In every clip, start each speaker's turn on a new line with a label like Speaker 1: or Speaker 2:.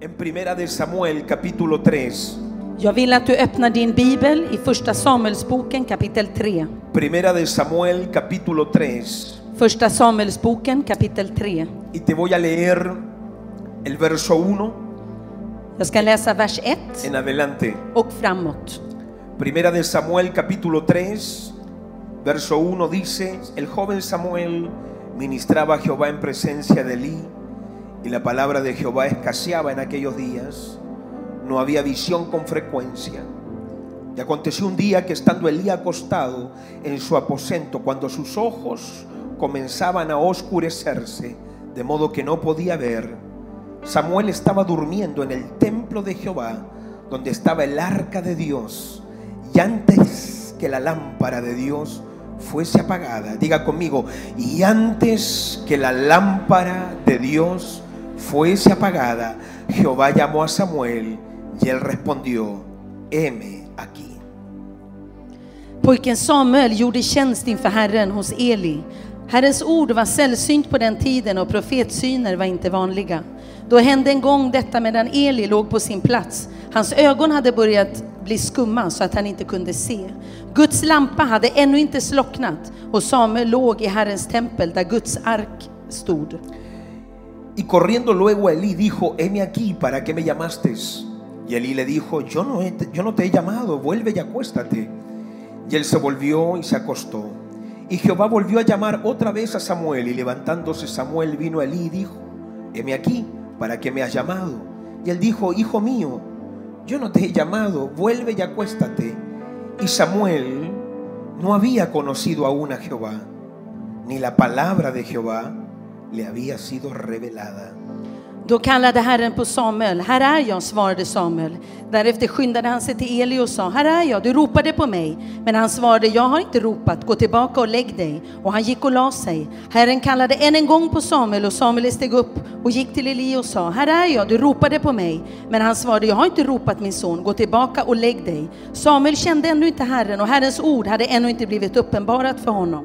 Speaker 1: En primera de Samuel capítulo 3.
Speaker 2: Jag vill att du öppnar din bibel i Första Samuelsboken kapitel 3.
Speaker 1: Primera de Samuel capítulo 3.
Speaker 2: Första Samuelsboken kapitel 3.
Speaker 1: Y te voy a leer el verso 1
Speaker 2: Jag ska läsa vers 1
Speaker 1: en adelante.
Speaker 2: och framåt.
Speaker 1: Primera de Samuel capítulo 3, verso 1 dice, el joven Samuel ministraba a Jehová en presencia de Elí y la palabra de Jehová escaseaba en aquellos días, no había visión con frecuencia. Y aconteció un día que estando Elí acostado en su aposento, cuando sus ojos comenzaban a oscurecerse, de modo que no podía ver, Samuel estaba durmiendo en el templo de Jehová, donde estaba el arca de Dios. Y antes que la lámpara de Dios fuese apagada, diga conmigo, y antes que la lámpara de Dios fuese apagada, Jehová llamó a Samuel y él respondió, heme aquí.
Speaker 2: Pojken Samuel gjorde tjänst inför Herren hos Eli. Herrens ord var sällsynt på den tiden och profetsyner var inte vanliga. Då hände en gång detta medan Eli låg på sin plats. Hans ögon hade börjat bli skumma så att han inte kunde se. Guds lampa hade ännu inte slocknat och Samuel låg i Herrens tempel där Guds ark stod.
Speaker 1: Y corriendo luego a Elí dijo, heme aquí, ¿para qué me llamaste? Y Elí le dijo, yo no, he- yo no te he llamado, vuelve y acuéstate. Y él se volvió y se acostó. Y Jehová volvió a llamar otra vez a Samuel, y levantándose Samuel vino a Elí y dijo, heme aquí, ¿para qué me has llamado? Y él dijo, hijo mío, yo no te he llamado, vuelve y acuéstate. Y Samuel no había conocido aún a Jehová, ni la palabra de Jehová le había sido revelada.
Speaker 2: Då kallade Herren på Samuel. Här är jag, svarade Samuel. Därefter skyndade han sig till Eli och sa, här är jag, du ropade på mig. Men han svarade, jag har inte ropat, gå tillbaka och lägg dig. Och han gick och la sig. Herren kallade än en gång på Samuel och Samuel steg upp och gick till Eli och sa, här är jag, du ropade på mig. Men han svarade, jag har inte ropat min son, gå tillbaka och lägg dig. Samuel kände ännu inte Herren och Herrens ord hade ännu inte blivit uppenbarat för honom.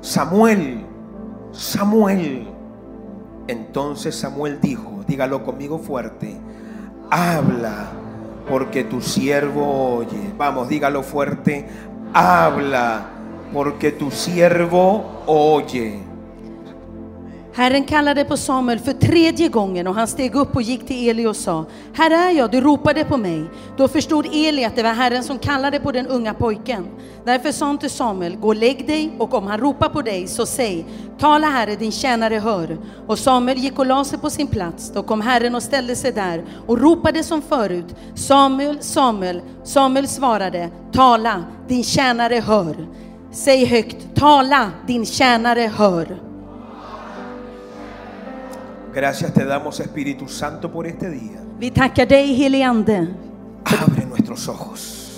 Speaker 1: Samuel, Samuel. Entonces Samuel dijo, dígalo conmigo fuerte, habla, porque tu siervo oye. Vamos, dígalo fuerte, habla, porque tu siervo oye.
Speaker 2: Herren kallade på Samuel för tredje gången och han steg upp och gick till Eli och sa Här är jag, du ropade på mig. Då förstod Eli att det var Herren som kallade på den unga pojken. Därför sa han till Samuel, gå och lägg dig och om han ropar på dig så säg Tala Herre, din tjänare hör. Och Samuel gick och la sig på sin plats. Då kom Herren och ställde sig där och ropade som förut Samuel, Samuel. Samuel svarade Tala, din tjänare hör. Säg högt, tala, din tjänare hör.
Speaker 1: Gracias te damos Espíritu Santo por este día.
Speaker 2: Vi tackar dig helige Ande.
Speaker 1: Abre nuestros ojos,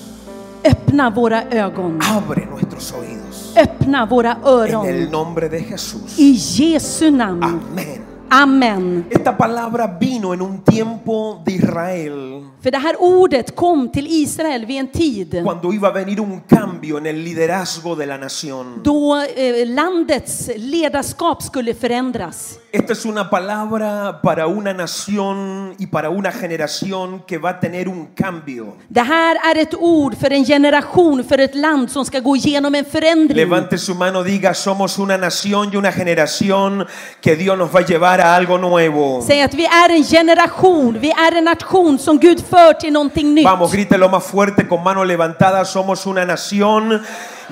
Speaker 2: Öppna våra ögon.
Speaker 1: abre nuestros oídos.
Speaker 2: Öppna våra
Speaker 1: En el
Speaker 2: öron.
Speaker 1: nombre de Jesús.
Speaker 2: I Jesu namn.
Speaker 1: Amén.
Speaker 2: Amen.
Speaker 1: Esta palabra vino en un tiempo de Israel
Speaker 2: För det här ordet kom till Israel vid en tid
Speaker 1: cuando iba a venir un cambio en el liderazgo de la nación.
Speaker 2: då eh, landets ledarskap skulle förändras.
Speaker 1: Esta es una palabra para una nación y para una generación que va a tener un cambio.
Speaker 2: Det här är ett ord för en generation, för ett land som ska gå igenom en förändring.
Speaker 1: Levante su mano, diga, somos una nación y una generación que Dios nos va a llevar a algo nuevo.
Speaker 2: Säg att vi är en generation, vi är en nation som Gud för till någonting nytt.
Speaker 1: Vamos, grítelo más fuerte con mano levantada, somos una nación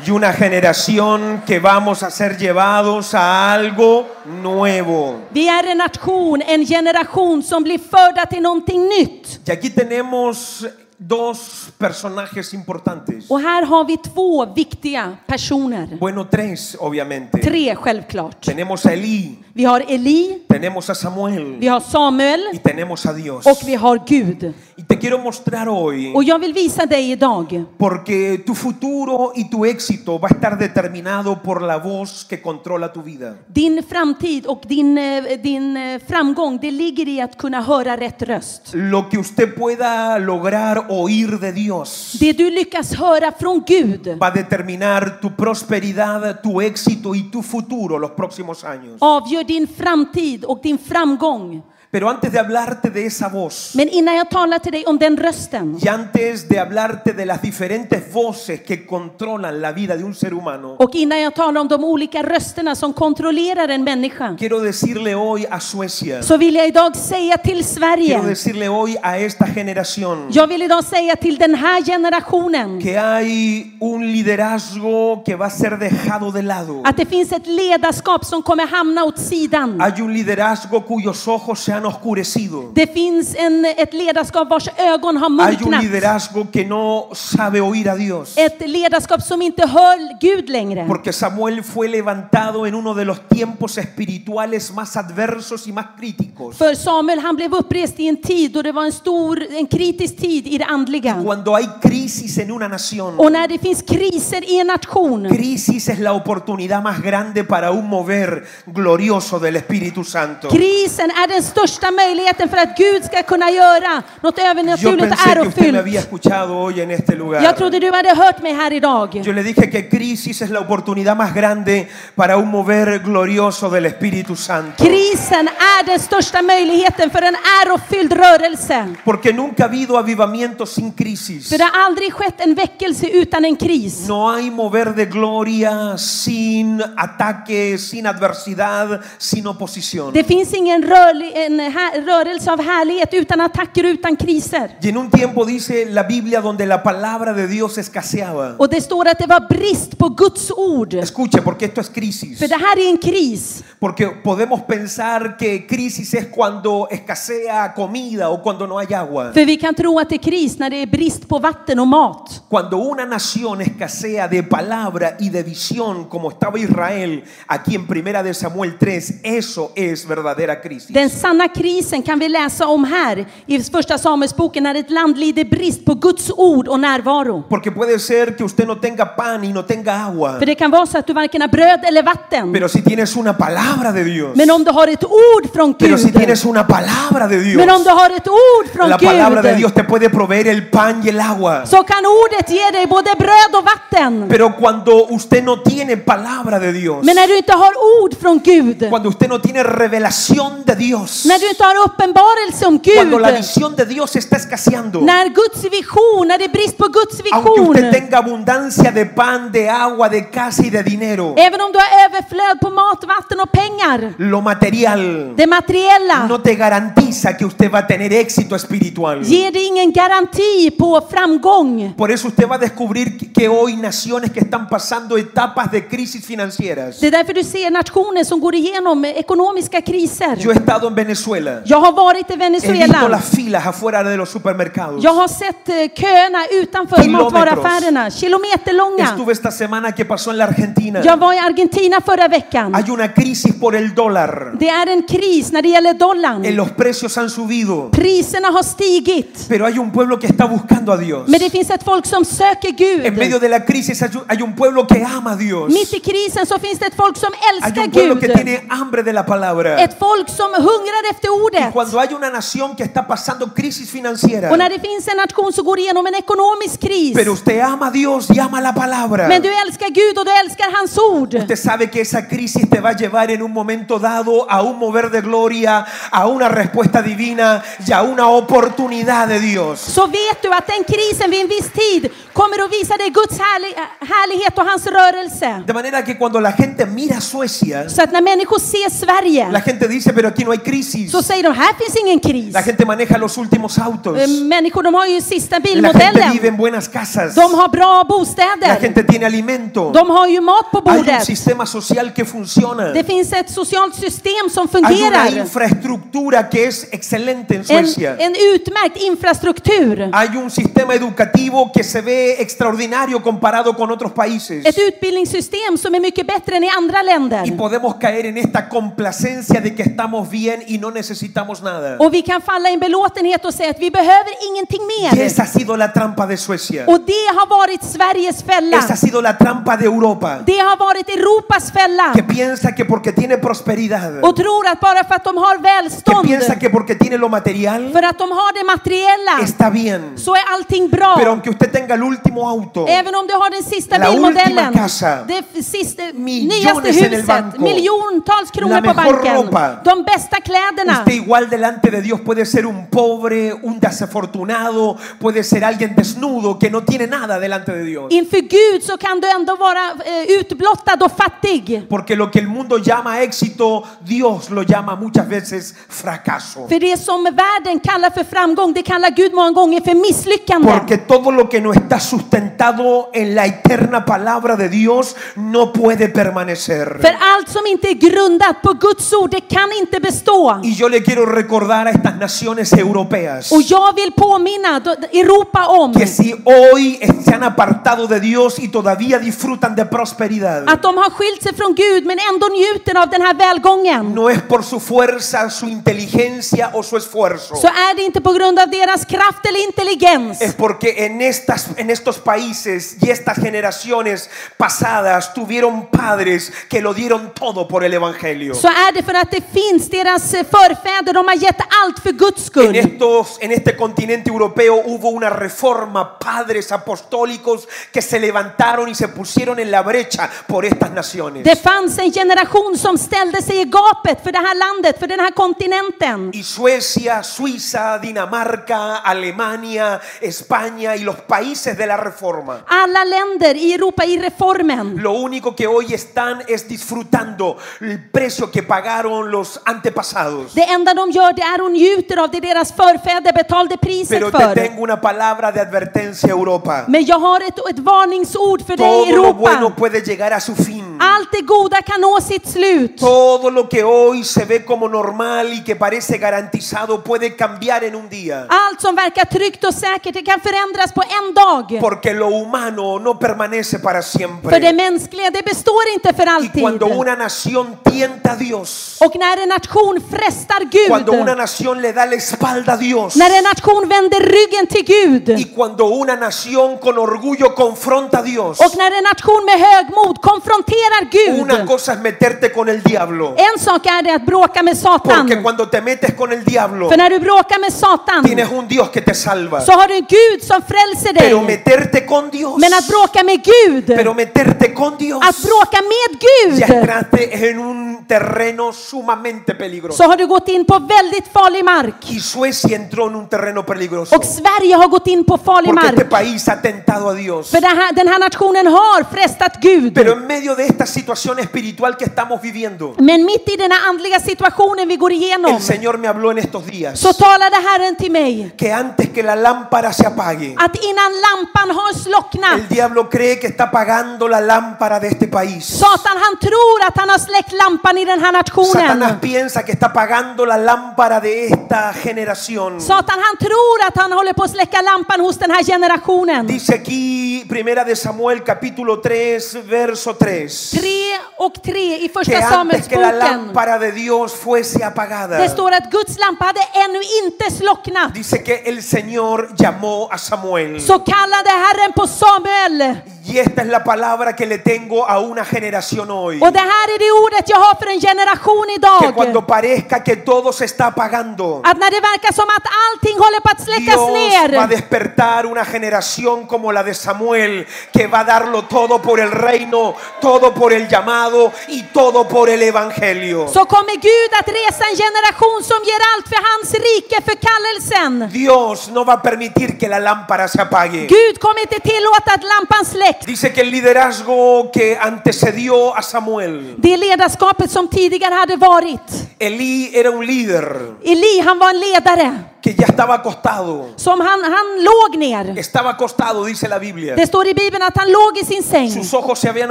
Speaker 1: y una generación que vamos a ser llevados a algo nuevo.
Speaker 2: Vi är en nation, en generation som blir förda till någonting nytt.
Speaker 1: Y aquí tenemos dos personajes importantes.
Speaker 2: Och här har vi två viktiga personer.
Speaker 1: Bueno, tres, obviamente.
Speaker 2: Tre självklart.
Speaker 1: Tenemos a Elí,
Speaker 2: Vi har Eli,
Speaker 1: tenemos a Samuel
Speaker 2: vi har Samuel Oh,
Speaker 1: y tenemos a Dios.
Speaker 2: och vi har Gud.
Speaker 1: Y te quiero mostrar hoy,
Speaker 2: Och jag vill visa dig idag.
Speaker 1: porque tu futuro y tu éxito va a estar determinado por la voz que controla tu vida.
Speaker 2: Din framtid och din, eh, din eh, framgång, det ligger i att kunna höra rätt röst.
Speaker 1: Lo que usted pueda lograr oír de Dios
Speaker 2: Det du lyckas höra från Gud
Speaker 1: va a determinar tu prosperidad, tu éxito y tu futuro los próximos años.
Speaker 2: avgör din framtid och din framgång.
Speaker 1: Pero antes de hablarte de esa voz
Speaker 2: Men innan jag talar till dig om den rösten
Speaker 1: y antes de hablarte de las diferentes voces que controlan la vida de un ser humano,
Speaker 2: och innan jag talar om de olika rösterna som kontrollerar en människa
Speaker 1: quiero decirle hoy a Suecia,
Speaker 2: så vill jag idag säga till
Speaker 1: quiero
Speaker 2: Sverige,
Speaker 1: decirle hoy a esta generación
Speaker 2: jag vill idag säga till den här generationen
Speaker 1: que hay un liderazgo que va a ser dejado de lado.
Speaker 2: att det finns ett ledarskap som kommer hamna åt sidan.
Speaker 1: Hay un liderazgo cuyos ojos se han oscurecido.
Speaker 2: Det finns en, ett ledarskap vars ögon har
Speaker 1: Hay un
Speaker 2: mörknat.
Speaker 1: liderazgo que no sabe oír a Dios.
Speaker 2: Ett ledarskap som inte hör Gud längre.
Speaker 1: Porque Samuel fue levantado en uno de los tiempos espirituales más adversos y más críticos.
Speaker 2: För Samuel han blev upprest i en tid då det var en stor, en kritisk tid i det andliga.
Speaker 1: Cuando hay crisis en una nación,
Speaker 2: Och när det finns kriser i en nation
Speaker 1: crisis es la oportunidad más grande para un mover glorioso del Espíritu Santo.
Speaker 2: Krisen är den största möjligheten för att Gud ska kunna göra något
Speaker 1: Yo
Speaker 2: övernaturligt
Speaker 1: pensé que usted me había
Speaker 2: ärofyllt.
Speaker 1: escuchado hoy en este lugar.
Speaker 2: Jag trodde du hade hört mig här idag.
Speaker 1: Yo le dije que crisis es la oportunidad más grande para un mover glorioso del Espíritu Santo.
Speaker 2: Krisen är den största möjligheten för en ärofylld rörelse.
Speaker 1: Porque nunca ha habido avivamiento sin crisis.
Speaker 2: För det har aldrig skett en väckelse utan en kris.
Speaker 1: No hay mover de gloria sin ataque, sin adversidad, sin oposición.
Speaker 2: Det finns ingen rörli- en här, rörelse av härlighet utan attacker, utan kriser.
Speaker 1: Y en un tiempo dice la Biblia donde la palabra de Dios escaseaba.
Speaker 2: Och det står att det var brist på Guds ord.
Speaker 1: Escuche, porque esto es crisis.
Speaker 2: För det här är en kris.
Speaker 1: Porque podemos pensar que crisis es cuando escasea comida o cuando no hay agua.
Speaker 2: För vi kan tro att det är kris när det är brist på vatten och mat.
Speaker 1: Cuando una nación escasea de palabra y de visión como estaba Israel aquí en Primera de Samuel 3, eso es verdadera crisis.
Speaker 2: Den sanna krisen kan vi läsa om här i första Samuelsboken när ett land lider brist på Guds ord och närvaro.
Speaker 1: Porque puede ser que usted no tenga pan y no tenga agua,
Speaker 2: För det kan vara så att du varken har bröd eller vatten.
Speaker 1: pero si tienes una palabra de Dios,
Speaker 2: Men om du har ett ord från
Speaker 1: pero si
Speaker 2: Gud.
Speaker 1: tienes una palabra de Dios,
Speaker 2: Men om du har ett ord från
Speaker 1: la palabra de
Speaker 2: Gud
Speaker 1: Dios te puede proveer el pan y el agua.
Speaker 2: så kan ordet ge dig både bröd och vatten.
Speaker 1: Pero cuando usted no tiene palabra de Dios,
Speaker 2: Men när du inte har ord från Gud,
Speaker 1: cuando usted no tiene revelación de Dios,
Speaker 2: när du inte har uppenbarelse om Gud,
Speaker 1: cuando la visión de Dios está escaseando,
Speaker 2: när Guds vision, när det är brist på Guds
Speaker 1: Aunque
Speaker 2: vision,
Speaker 1: usted tenga abundancia de pan, de agua, de casa y de dinero,
Speaker 2: även om du har överflöd på mat, vatten och pengar,
Speaker 1: lo material
Speaker 2: det materiella,
Speaker 1: no te garantiza que usted va a tener éxito espiritual.
Speaker 2: ger dig ingen garanti på framgång.
Speaker 1: Por eso usted va a descubrir que- que hoy naciones que están pasando etapas de crisis financieras.
Speaker 2: Det är därför du ser nationer som går igenom ekonomiska kriser.
Speaker 1: Yo he estado en Venezuela,
Speaker 2: Jag har varit i
Speaker 1: he visto
Speaker 2: Venezuela.
Speaker 1: las filas afuera de los supermercados.
Speaker 2: Jag har sett eh, köerna utanför
Speaker 1: Kilometers.
Speaker 2: matvaruaffärerna, kilometerlånga.
Speaker 1: Estuve esta semana que pasó en la Argentina.
Speaker 2: Jag var i Argentina förra veckan.
Speaker 1: Hay una crisis por el dólar.
Speaker 2: Det är en kris när det gäller
Speaker 1: Eh,
Speaker 2: dollarn.
Speaker 1: Los precios han subido,
Speaker 2: Priserna har stigit.
Speaker 1: pero hay un pueblo que está buscando a Dios.
Speaker 2: Men det finns ett folk som söker
Speaker 1: En medio
Speaker 2: Gud.
Speaker 1: de la crisis hay un- hay un pueblo que ama a Dios.
Speaker 2: Mitt i krisen så finns det ett folk som
Speaker 1: Hay
Speaker 2: älskar
Speaker 1: un pueblo que
Speaker 2: Gud.
Speaker 1: tiene hambre de la palabra.
Speaker 2: Ett folk som hungrar efter
Speaker 1: Y
Speaker 2: ordet.
Speaker 1: cuando hay una nación que está pasando crisis financiera,
Speaker 2: Och när det finns en nation som går igenom en ekonomisk kris.
Speaker 1: pero usted ama a Dios y ama la palabra,
Speaker 2: Men du älskar Gud och du älskar hans ord.
Speaker 1: usted sabe que esa crisis te va a llevar en un momento dado a un mover de gloria, a una respuesta divina y a una oportunidad de Dios.
Speaker 2: Så vet du att den krisen vid en viss tid kommer att visa dig Guds härlig härlighet och hans rörelse.
Speaker 1: De manera que cuando la gente mira a Suecia,
Speaker 2: Så att när människor ser
Speaker 1: la
Speaker 2: Sverige
Speaker 1: gente dice, pero aquí no hay crisis.
Speaker 2: så säger de här finns ingen kris.
Speaker 1: La gente maneja los últimos autos.
Speaker 2: Eh, Människor de har ju sista
Speaker 1: La gente
Speaker 2: bilmodellen.
Speaker 1: vive en buenas casas.
Speaker 2: De har bra
Speaker 1: La
Speaker 2: bostäder.
Speaker 1: gente tiene alimento.
Speaker 2: De har ju mat på
Speaker 1: Hay un
Speaker 2: bordet.
Speaker 1: sistema social que funciona.
Speaker 2: Det finns ett socialt system som
Speaker 1: Hay una
Speaker 2: fungerar.
Speaker 1: infraestructura que es excelente en
Speaker 2: En,
Speaker 1: Suecia.
Speaker 2: en utmärkt infrastruktur.
Speaker 1: Hay un sistema educativo que se ve seminario comparado con otros países.
Speaker 2: Ett utbildningssystem som är mycket bättre än i andra
Speaker 1: Y
Speaker 2: länder.
Speaker 1: podemos caer en esta complacencia de que estamos bien y no necesitamos nada.
Speaker 2: Och vi kan falla i en belåtenhet och säga att vi behöver ingenting
Speaker 1: Y
Speaker 2: mer.
Speaker 1: esa ha sido la trampa de Suecia.
Speaker 2: Och det har varit Sveriges fälla.
Speaker 1: Esa ha sido la trampa de Europa.
Speaker 2: Det har varit Europas fälla.
Speaker 1: Que piensa que porque tiene prosperidad,
Speaker 2: Och tror att bara för att de har
Speaker 1: que
Speaker 2: välstånd,
Speaker 1: piensa que porque tiene lo material,
Speaker 2: för att de har det materiella,
Speaker 1: está bien.
Speaker 2: så är allting
Speaker 1: Pero
Speaker 2: bra.
Speaker 1: aunque usted tenga el último auto,
Speaker 2: Även om du har den sista
Speaker 1: La
Speaker 2: bilmodellen,
Speaker 1: última casa.
Speaker 2: det f- sista,
Speaker 1: Millones
Speaker 2: nyaste
Speaker 1: en el
Speaker 2: huset,
Speaker 1: banco.
Speaker 2: miljontals
Speaker 1: La
Speaker 2: kronor på
Speaker 1: mejor
Speaker 2: banken,
Speaker 1: ropa.
Speaker 2: de bästa kläderna.
Speaker 1: usted igual delante de Dios puede ser un pobre, un desafortunado, puede ser alguien desnudo que no tiene nada delante de Dios.
Speaker 2: Inför Gud så kan du ändå vara eh, utblottad och fattig.
Speaker 1: Porque lo que el mundo llama éxito, Dios lo llama muchas veces fracaso.
Speaker 2: För det som världen kallar för framgång, det kallar Gud många gånger för misslyckande.
Speaker 1: Porque todo lo que no está sustentado en la eterna palabra de Dios no puede permanecer.
Speaker 2: För allt som inte är grundat på Guds ord, det kan inte bestå.
Speaker 1: Y yo le quiero recordar a estas naciones europeas
Speaker 2: Och jag vill påminna då- Europa om
Speaker 1: que si hoy se han apartado de Dios y todavía disfrutan de prosperidad,
Speaker 2: att de har skilt sig från Gud men ändå njuter av den här välgången.
Speaker 1: no es por su fuerza, su inteligencia o su esfuerzo.
Speaker 2: Så är det inte på grund av deras kraft eller intelligens.
Speaker 1: Es porque en, estas, en estos países y estas generaciones pasadas tuvieron padres que lo dieron todo por el Evangelio.
Speaker 2: Så är det för att det finns deras eh, förfäder, de har gett allt för Guds
Speaker 1: En,
Speaker 2: skull.
Speaker 1: estos, en este continente europeo hubo una reforma, padres apostólicos que se levantaron y se pusieron en la brecha por estas naciones.
Speaker 2: Det fanns en generation som ställde sig i gapet för det här landet, för den här kontinenten.
Speaker 1: Y Suecia, Suiza, Dinamarca, Alemania, España y los países de la reforma.
Speaker 2: Alla länder i Europa i reformen.
Speaker 1: Lo único que hoy están es disfrutando el precio que pagaron los antepasados.
Speaker 2: Det enda de gör det är att njuter av det deras förfäder betalade
Speaker 1: Pero
Speaker 2: priset
Speaker 1: te
Speaker 2: för.
Speaker 1: tengo una palabra de advertencia, Europa.
Speaker 2: Men jag har ett, ett varningsord för dig
Speaker 1: Todo lo
Speaker 2: Europa.
Speaker 1: bueno puede llegar a su fin.
Speaker 2: Allt det goda kan nå sitt slut.
Speaker 1: Todo lo que hoy se ve como normal y que parece garantizado puede cambiar en un día.
Speaker 2: Allt som verkar tryggt och säkert det kan förändras på en dag.
Speaker 1: Porque lo humano no permanece para
Speaker 2: För det
Speaker 1: siempre.
Speaker 2: mänskliga det består inte för
Speaker 1: Y
Speaker 2: alltid.
Speaker 1: cuando una nación tienta a Dios,
Speaker 2: Och när en nation frestar
Speaker 1: cuando una
Speaker 2: Gud,
Speaker 1: nación le da la espalda a Dios,
Speaker 2: när en nation vänder ryggen
Speaker 1: y
Speaker 2: till Gud
Speaker 1: cuando una nación con orgullo confronta a Dios,
Speaker 2: och när en nation med högmod konfronterar
Speaker 1: una
Speaker 2: Gud.
Speaker 1: cosa es meterte con el diablo.
Speaker 2: En sak är det att bråka med Satan.
Speaker 1: Porque cuando te metes con el diablo,
Speaker 2: För när du bråkar med Satan
Speaker 1: tienes un Dios que te salva.
Speaker 2: så har du en Gud som frälser
Speaker 1: Pero
Speaker 2: dig.
Speaker 1: meterte con Dios,
Speaker 2: Men att bråka med Gud,
Speaker 1: pero meterte con Dios,
Speaker 2: att bråka med
Speaker 1: ya
Speaker 2: Gud
Speaker 1: entraste en un terreno sumamente peligroso.
Speaker 2: så har du gått in på väldigt farlig mark.
Speaker 1: Y Suecia entró en un terreno peligroso.
Speaker 2: Och Sverige har gått in på farlig
Speaker 1: Porque este
Speaker 2: mark.
Speaker 1: país ha tentado a Dios.
Speaker 2: För den här, den här nationen har frestat Gud.
Speaker 1: Pero en medio de esta situación espiritual que estamos viviendo,
Speaker 2: Men mitt i den här andliga situationen vi går igenom
Speaker 1: el Señor me habló en estos días
Speaker 2: så talade Herren till mig
Speaker 1: que antes que la lámpara se apague,
Speaker 2: att innan lampan har
Speaker 1: el
Speaker 2: slocknat
Speaker 1: diablo cree que está apagando la lámpara de este país.
Speaker 2: Satan han tror att han har släckt lampan i den här
Speaker 1: Satanás
Speaker 2: nationen.
Speaker 1: piensa que está apagando la lámpara de esta generación.
Speaker 2: Satan han tror att han håller på att släcka lampan hos den här generationen.
Speaker 1: Dice aquí, primera de Samuel, capítulo 3, verso 3.
Speaker 2: 3 och 3
Speaker 1: que
Speaker 2: i första
Speaker 1: antes que la
Speaker 2: Samuelsboken.
Speaker 1: lámpara de Dios fuese apagada,
Speaker 2: Det står att Guds lampa hade ännu inte slocknat.
Speaker 1: dice que el Señor llamó a Samuel.
Speaker 2: Så kallade Herren på Samuel.
Speaker 1: Y esta es la palabra que le tengo a una generación hoy.
Speaker 2: Och det här är det ordet jag har för en generation
Speaker 1: Que cuando
Speaker 2: idag.
Speaker 1: parezca que todo se está apagando,
Speaker 2: Att när det verkar som att allting håller på att
Speaker 1: Dios
Speaker 2: släckas
Speaker 1: va a
Speaker 2: ner
Speaker 1: despertar una generación como la de Samuel, que va a darlo todo por el reino, todo por el llamado y todo por el evangelio.
Speaker 2: så kommer Gud att resa en generation som ger allt för hans rike, för kallelsen.
Speaker 1: Dios no va a permitir que la lámpara se apague.
Speaker 2: Gud kommer inte tillåta att lampan släcks.
Speaker 1: Dice que el liderazgo que antecedió a Samuel,
Speaker 2: Det ledarskapet som tidigare hade varit.
Speaker 1: Elí era un líder
Speaker 2: Eli, han var en ledare
Speaker 1: que ya estaba acostado.
Speaker 2: Som han, han låg ner.
Speaker 1: Estaba acostado, dice la Biblia.
Speaker 2: Det står i Bibeln att han låg i sin säng.
Speaker 1: Sus ojos se habían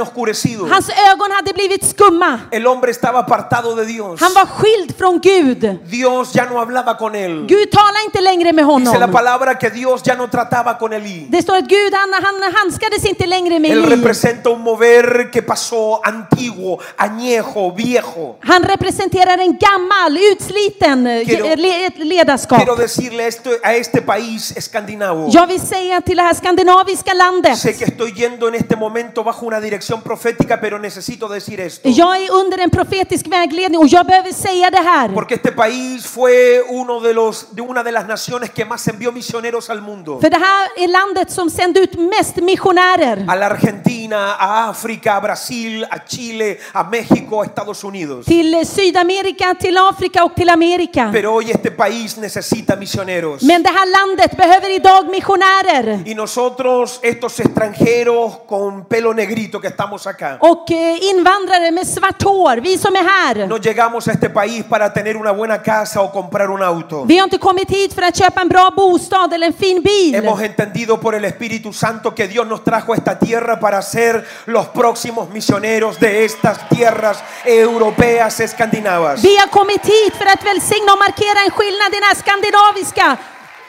Speaker 1: oscurecido.
Speaker 2: Hans ögon hade blivit skumma.
Speaker 1: El hombre estaba apartado de Dios.
Speaker 2: Han var skild från Gud.
Speaker 1: Dios ya no hablaba con él.
Speaker 2: Gud talade inte längre med
Speaker 1: Dice la
Speaker 2: honom.
Speaker 1: palabra que Dios ya no trataba con Elí.
Speaker 2: Det står att Gud han, han handskades inte längre med
Speaker 1: Él
Speaker 2: Eli.
Speaker 1: representa un mover que pasó antiguo, añejo, viejo.
Speaker 2: Han representerar en gammal, utsliten eh,
Speaker 1: Quiero-
Speaker 2: ge- le- ett ledarskap.
Speaker 1: Quiero decirle esto a este país escandinavo.
Speaker 2: Jag vill säga till det här skandinaviska landet.
Speaker 1: Sé que estoy yendo en este momento bajo una dirección profética, pero necesito decir esto.
Speaker 2: Jag är under en profetisk vägledning och jag behöver säga det här.
Speaker 1: Porque este país fue uno de los de una de las naciones que más envió misioneros al mundo.
Speaker 2: För det här är landet som sände ut mest missionärer.
Speaker 1: A la Argentina, a África, a Brasil, a Chile, a México, a Estados Unidos.
Speaker 2: Till eh, Sydamerika, till Afrika och till Amerika.
Speaker 1: Pero hoy este país necesita misioneros.
Speaker 2: Men det här landet behöver idag missionärer.
Speaker 1: Y nosotros, estos extranjeros con pelo negrito que estamos acá,
Speaker 2: Och eh, invandrare med svart hår, vi som är här.
Speaker 1: no llegamos a este país para tener una buena casa o comprar un auto.
Speaker 2: Vi har inte kommit hit för att köpa en bra bostad eller en fin bil.
Speaker 1: Hemos entendido por el Espíritu Santo que Dios nos trajo a esta tierra para ser los próximos misioneros de estas tierras europeas escandinavas.
Speaker 2: Vi har kommit hit för att välsigna och markera en skillnad i den här skandinaviska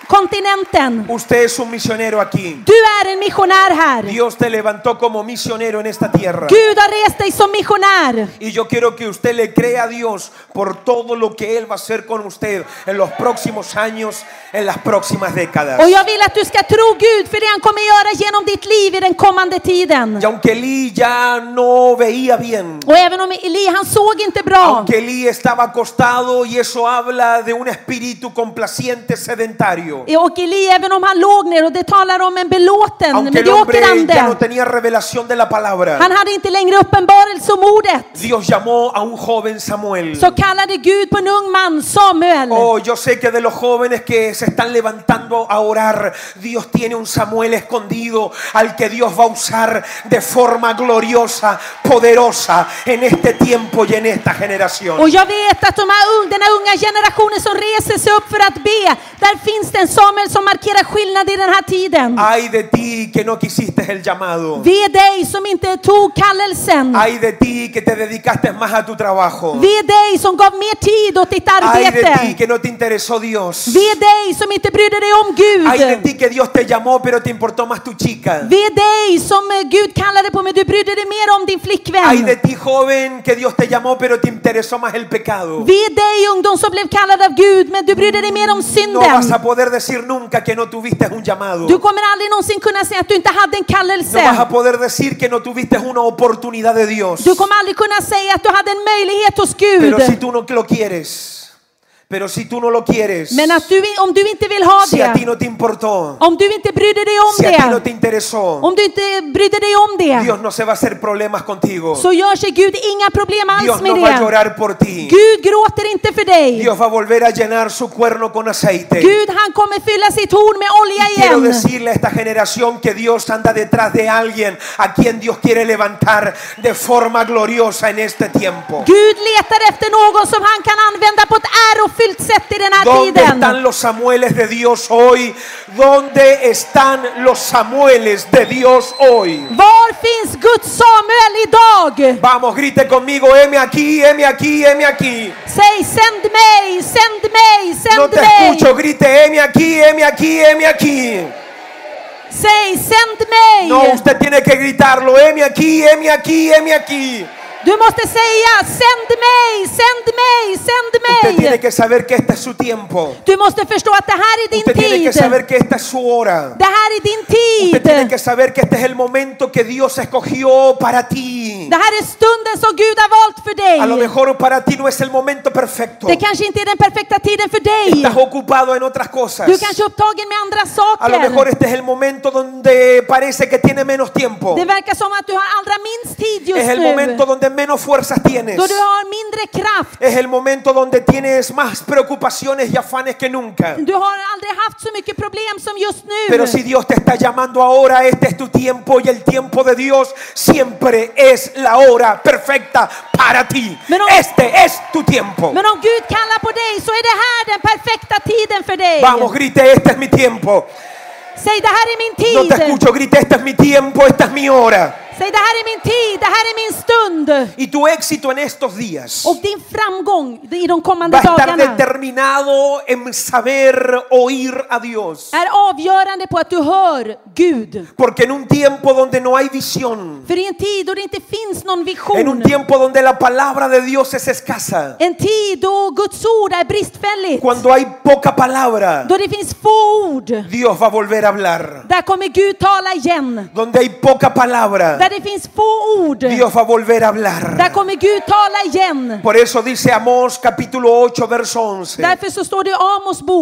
Speaker 2: kontinenten.
Speaker 1: Usted es un misionero aquí.
Speaker 2: Du är en missionär här.
Speaker 1: Dios te levantó como misionero en esta tierra.
Speaker 2: Gud har rest dig som missionär.
Speaker 1: Y yo quiero que usted le crea a Dios por todo lo que Él va a hacer con usted en los próximos años, en las próximas décadas.
Speaker 2: Och jag vill att du ska tro Gud för det han kommer göra genom ditt liv i den kommande tiden.
Speaker 1: Y aunque Elí ya no veía bien,
Speaker 2: Och även om Eli, han såg inte bra.
Speaker 1: aunque Elí estaba acostado y eso habla de un espíritu complaciente sedentario,
Speaker 2: Och Eli, även om han låg ner och det talar om en belåten,
Speaker 1: aunque el hombre
Speaker 2: medioker
Speaker 1: ya no
Speaker 2: ande.
Speaker 1: tenía revelación de la palabra,
Speaker 2: Han hade inte längre uppenbarelse om ordet.
Speaker 1: Dios llamó a un joven Samuel.
Speaker 2: Så kallade Gud på en ung man, Samuel.
Speaker 1: Oh, yo sé que de los jóvenes que se están levantando a orar, Dios tiene un Samuel escondido al que Dios va a usar de forma gloriosa, poderosa en este tiempo y en esta
Speaker 2: Och
Speaker 1: generación.
Speaker 2: jag vet att de här, un- den här unga generationen som reser sig upp för att be, där finns det en Samuel som markerar skillnad i den här tiden.
Speaker 1: Ay de ti que no quisiste el llamado.
Speaker 2: Vi är dig som inte tog kallelsen.
Speaker 1: Ay de ti que te dedicaste más a tu trabajo.
Speaker 2: Vi är dig som gav mer tid åt ditt
Speaker 1: Ay de ti
Speaker 2: arbete.
Speaker 1: que no te interesó Dios.
Speaker 2: Vi är dig som inte brydde dig om
Speaker 1: Ay de
Speaker 2: Gud.
Speaker 1: ti que Dios te llamó pero te importó más tu chica.
Speaker 2: Vi är dig som eh, Gud kallade på men du brydde dig mer om din
Speaker 1: Ay de
Speaker 2: flickvän.
Speaker 1: ti joven que Dios te llamó pero te interesó más el pecado.
Speaker 2: Vi är dig ungdom som blev kallad av Gud men du brydde dig mer om
Speaker 1: No vas
Speaker 2: synden.
Speaker 1: a poder decir nunca que no tuviste un llamado.
Speaker 2: Du kommer aldrig någonsin kunna säga att du inte hade en
Speaker 1: No vas a
Speaker 2: kallelse.
Speaker 1: poder decir que no tuviste una oportunidad de Dios.
Speaker 2: Du kommer aldrig kunna säga att du hade en möjlighet hos
Speaker 1: Pero si
Speaker 2: Gud.
Speaker 1: tú no lo quieres, pero si tú no lo quieres,
Speaker 2: Men att du, om du inte vill ha
Speaker 1: si a ti
Speaker 2: det,
Speaker 1: no te importó,
Speaker 2: om du inte brydde dig om
Speaker 1: si a ti no te
Speaker 2: det,
Speaker 1: interesó,
Speaker 2: om du inte brydde dig om det,
Speaker 1: Dios no se va a hacer problemas contigo.
Speaker 2: så gör sig Gud inga problem
Speaker 1: Dios
Speaker 2: alls med
Speaker 1: no va a
Speaker 2: det.
Speaker 1: llorar por ti.
Speaker 2: Gud gråter inte för dig.
Speaker 1: Dios va a volver a llenar su cuerno con aceite.
Speaker 2: Gud han kommer fylla sitt horn med olja
Speaker 1: Quiero
Speaker 2: igen.
Speaker 1: decirle a esta generación que Dios anda detrás de alguien a quien Dios quiere levantar de forma gloriosa en este tiempo.
Speaker 2: Gud letar efter någon som han kan använda på ett ärofyllt sätt i den här
Speaker 1: ¿Dónde
Speaker 2: tiden.
Speaker 1: están los Samueles de Dios hoy? ¿Dónde están los Samueles de Dios hoy?
Speaker 2: Var finns Guds Samuel idag?
Speaker 1: Vamos, grite conmigo, heme aquí, heme aquí, heme aquí.
Speaker 2: Säg sänd mig, sänd mig,
Speaker 1: No
Speaker 2: sänd
Speaker 1: te
Speaker 2: mig.
Speaker 1: escucho, grite, heme aquí, heme aquí, heme aquí.
Speaker 2: Säg sänd mig.
Speaker 1: No, usted tiene que gritarlo, heme aquí, heme aquí, heme aquí.
Speaker 2: Du måste säga sänd mig, sänd mig,
Speaker 1: Usted
Speaker 2: sänd
Speaker 1: tiene
Speaker 2: mig.
Speaker 1: que saber que este es su tiempo.
Speaker 2: Du måste förstå att det här är
Speaker 1: Usted
Speaker 2: din
Speaker 1: tiene que
Speaker 2: tid.
Speaker 1: saber que esta es su hora.
Speaker 2: Det här är din
Speaker 1: Usted tiene
Speaker 2: tid.
Speaker 1: que saber que este es el momento que Dios escogió para ti.
Speaker 2: Det här är stunden som Gud har valt för
Speaker 1: A lo
Speaker 2: dig.
Speaker 1: mejor para ti no es el momento perfecto.
Speaker 2: Det kanske inte är den perfekta tiden för dig.
Speaker 1: Estás ocupado en otras cosas.
Speaker 2: Du kanske är upptagen med andra
Speaker 1: A lo mejor
Speaker 2: saker.
Speaker 1: este es el momento donde parece que tiene menos tiempo.
Speaker 2: Det verkar som att du har allra minst tid
Speaker 1: Es
Speaker 2: just
Speaker 1: el
Speaker 2: nu.
Speaker 1: momento donde menos fuerzas tienes.
Speaker 2: Då du har mindre kraft.
Speaker 1: Es el momento donde tienes más preocupaciones y afanes que nunca.
Speaker 2: Du har aldrig haft så mycket problem som just
Speaker 1: Pero
Speaker 2: nu.
Speaker 1: si Dios te está llamando ahora, este es tu tiempo y el tiempo de Dios siempre es es la hora perfecta para ti.
Speaker 2: Men om-
Speaker 1: este es tu tiempo.
Speaker 2: Men om Gud kallar på dig så är det här den perfekta tiden för dig.
Speaker 1: Vamos, grite, este es mi tiempo.
Speaker 2: Säg det här är min
Speaker 1: No te
Speaker 2: tid.
Speaker 1: escucho, grite, este es mi tiempo, esta es mi hora.
Speaker 2: Säg det här är min tid, det här är min stund.
Speaker 1: Y tu éxito en estos días
Speaker 2: Och din framgång i de
Speaker 1: va
Speaker 2: kommande
Speaker 1: a estar
Speaker 2: dagarna
Speaker 1: determinado en saber oír a Dios.
Speaker 2: är avgörande på att du hör Gud.
Speaker 1: Porque en un tiempo donde no hay visión,
Speaker 2: För i en tid då det inte finns någon
Speaker 1: en un
Speaker 2: vision,
Speaker 1: tiempo donde la palabra de Dios es escasa,
Speaker 2: en tid då Guds ord är bristfälligt,
Speaker 1: cuando hay poca palabra,
Speaker 2: då det finns få ord,
Speaker 1: Dios va a volver a hablar.
Speaker 2: där kommer Gud tala igen.
Speaker 1: Donde hay poca palabra,
Speaker 2: Där det finns få ord,
Speaker 1: Dios va a volver a hablar.
Speaker 2: där kommer Gud tala igen.
Speaker 1: Por eso dice Amós capítulo 8, verso 11.
Speaker 2: Därför så står det i Amos bok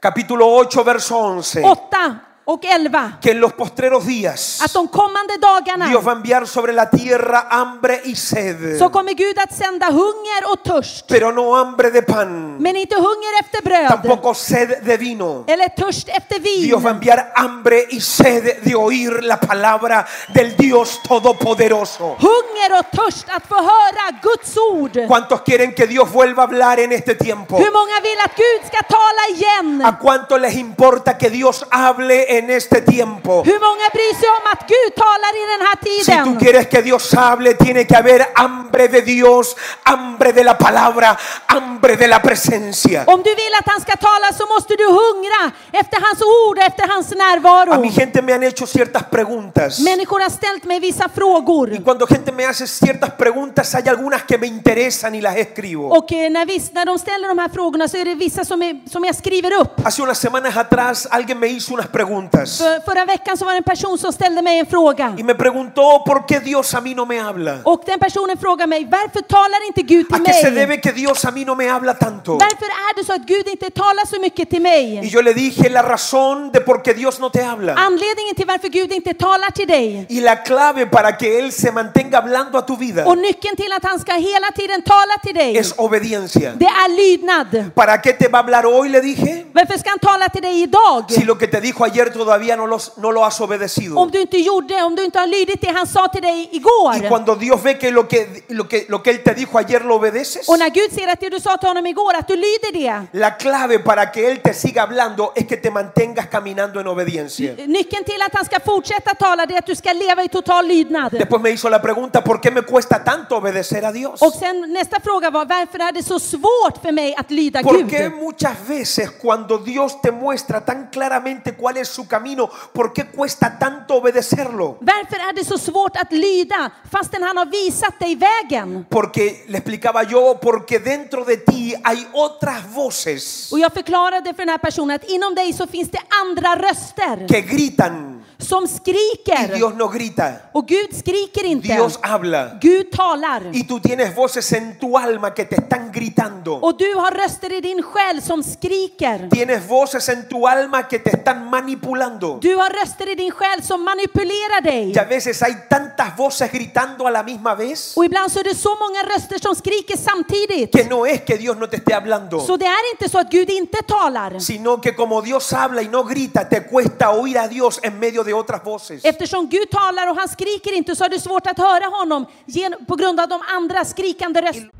Speaker 1: Capítulo 8, verso 11.
Speaker 2: 8 och 11
Speaker 1: Que en los postreros días
Speaker 2: att de kommande dagarna
Speaker 1: Dios va a enviar sobre la tierra hambre y sed,
Speaker 2: så kommer Gud att sända hunger och törst,
Speaker 1: pero no hambre de pan,
Speaker 2: men inte hunger efter bröd
Speaker 1: tampoco sed de vino.
Speaker 2: eller törst efter
Speaker 1: Dios va a
Speaker 2: vin.
Speaker 1: enviar hambre y sed de oír la palabra del Dios Todopoderoso.
Speaker 2: Hunger och törst att få höra Guds ord.
Speaker 1: ¿Cuántos quieren que Dios vuelva a hablar en este tiempo?
Speaker 2: Hur många vill att Gud ska tala igen?
Speaker 1: ¿A cuánto les importa que Dios hable en este tiempo?
Speaker 2: Hur många bryr sig om att Gud talar i den här
Speaker 1: Si tú
Speaker 2: tiden?
Speaker 1: quieres que Dios hable, tiene que haber hambre de Dios, hambre de la palabra, hambre de la presencia.
Speaker 2: Om du vill att han ska tala så måste du hungra efter hans ord och efter hans
Speaker 1: A mi
Speaker 2: närvaro.
Speaker 1: gente me han hecho ciertas preguntas.
Speaker 2: Människor har ställt mig vissa
Speaker 1: Y
Speaker 2: frågor.
Speaker 1: cuando gente me hace ciertas preguntas, hay algunas que me interesan y las escribo.
Speaker 2: Och eh, när, viss, när de ställer de här frågorna så är det vissa som, är, som jag skriver upp.
Speaker 1: Hace unas semanas atrás alguien me hizo unas preguntas.
Speaker 2: För, förra veckan så var det en person som ställde mig en fråga.
Speaker 1: Y me preguntó por qué Dios a mí no me habla.
Speaker 2: Och den personen frågar mig, varför talar inte Gud till
Speaker 1: ¿A qué se
Speaker 2: mig?
Speaker 1: debe que Dios a mí no me habla tanto?
Speaker 2: Varför är det så att Gud inte talar så mycket till
Speaker 1: Y
Speaker 2: mig?
Speaker 1: yo le dije la razón de por qué Dios no te habla.
Speaker 2: Anledningen till varför Gud inte talar till dig
Speaker 1: Y la clave para que Él se mantenga hablando a tu vida
Speaker 2: och nyckeln till att han ska hela tiden tala till dig,
Speaker 1: es obediencia.
Speaker 2: det är lydnad.
Speaker 1: ¿Para qué te va a hablar hoy? Le dije.
Speaker 2: Varför ska han tala till dig idag?
Speaker 1: Si lo que te dijo ayer todavía no, los- no lo has obedecido.
Speaker 2: Om du inte gjorde, om du inte har lydit det han sa till dig
Speaker 1: Y
Speaker 2: igår.
Speaker 1: cuando Dios ve que lo que, lo que, lo que Él te dijo ayer lo obedeces,
Speaker 2: Och när Gud ser att det du sa till honom igår, att du lyder det.
Speaker 1: la clave para que Él te siga hablando es que te mantengas caminando en obediencia.
Speaker 2: Nyckeln till att han ska fortsätta tala det är att du ska leva i total lydnad.
Speaker 1: Después me hizo la pregunta, ¿por qué me cuesta tanto obedecer a Dios?
Speaker 2: Och sen nästa fråga var varför är det så svårt för mig att lyda
Speaker 1: ¿Por qué
Speaker 2: Gud?
Speaker 1: muchas veces cuando Dios te muestra tan claramente cuál es su camino, por qué cuesta tanto obedecerlo?
Speaker 2: Varför är det så svårt att lyda fastän han har visat dig vägen?
Speaker 1: Porque le explicaba yo, porque dentro de ti hay otras voces
Speaker 2: Och jag förklarade för den här personen att inom dig så finns det andra röster
Speaker 1: que gritan
Speaker 2: som
Speaker 1: y
Speaker 2: skriker.
Speaker 1: Dios no grita,
Speaker 2: Och Gud skriker inte.
Speaker 1: Dios habla.
Speaker 2: Gud talar.
Speaker 1: Y tú tienes voces en tu alma que te están gritando.
Speaker 2: Och du har röster i din själ som skriker.
Speaker 1: Tienes voces en tu alma que te están manipulando.
Speaker 2: Du har röster i din själ som manipulerar dig.
Speaker 1: Y a veces hay tantas voces gritando a la misma vez
Speaker 2: Och ibland så är det så många röster som skriker samtidigt.
Speaker 1: que no es que Dios no te esté hablando.
Speaker 2: Så det är inte så att Gud inte talar.
Speaker 1: sino que como Dios habla y no grita, te cuesta oír a Dios en medio de otras voces.
Speaker 2: Eftersom Gud talar och han skriker inte så är det svårt att höra honom gen- på grund av de andra skrikande rösterna.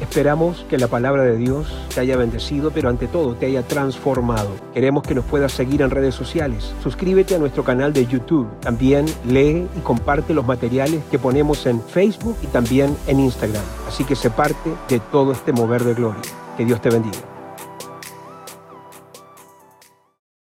Speaker 3: Esperamos que la palabra de Dios te haya bendecido, pero ante todo te haya transformado. Queremos que nos puedas seguir en redes sociales. Suscríbete a nuestro canal de YouTube. También lee y comparte los materiales que ponemos en Facebook y también en Instagram. Así que sé parte de todo este mover de gloria. Que Dios te bendiga.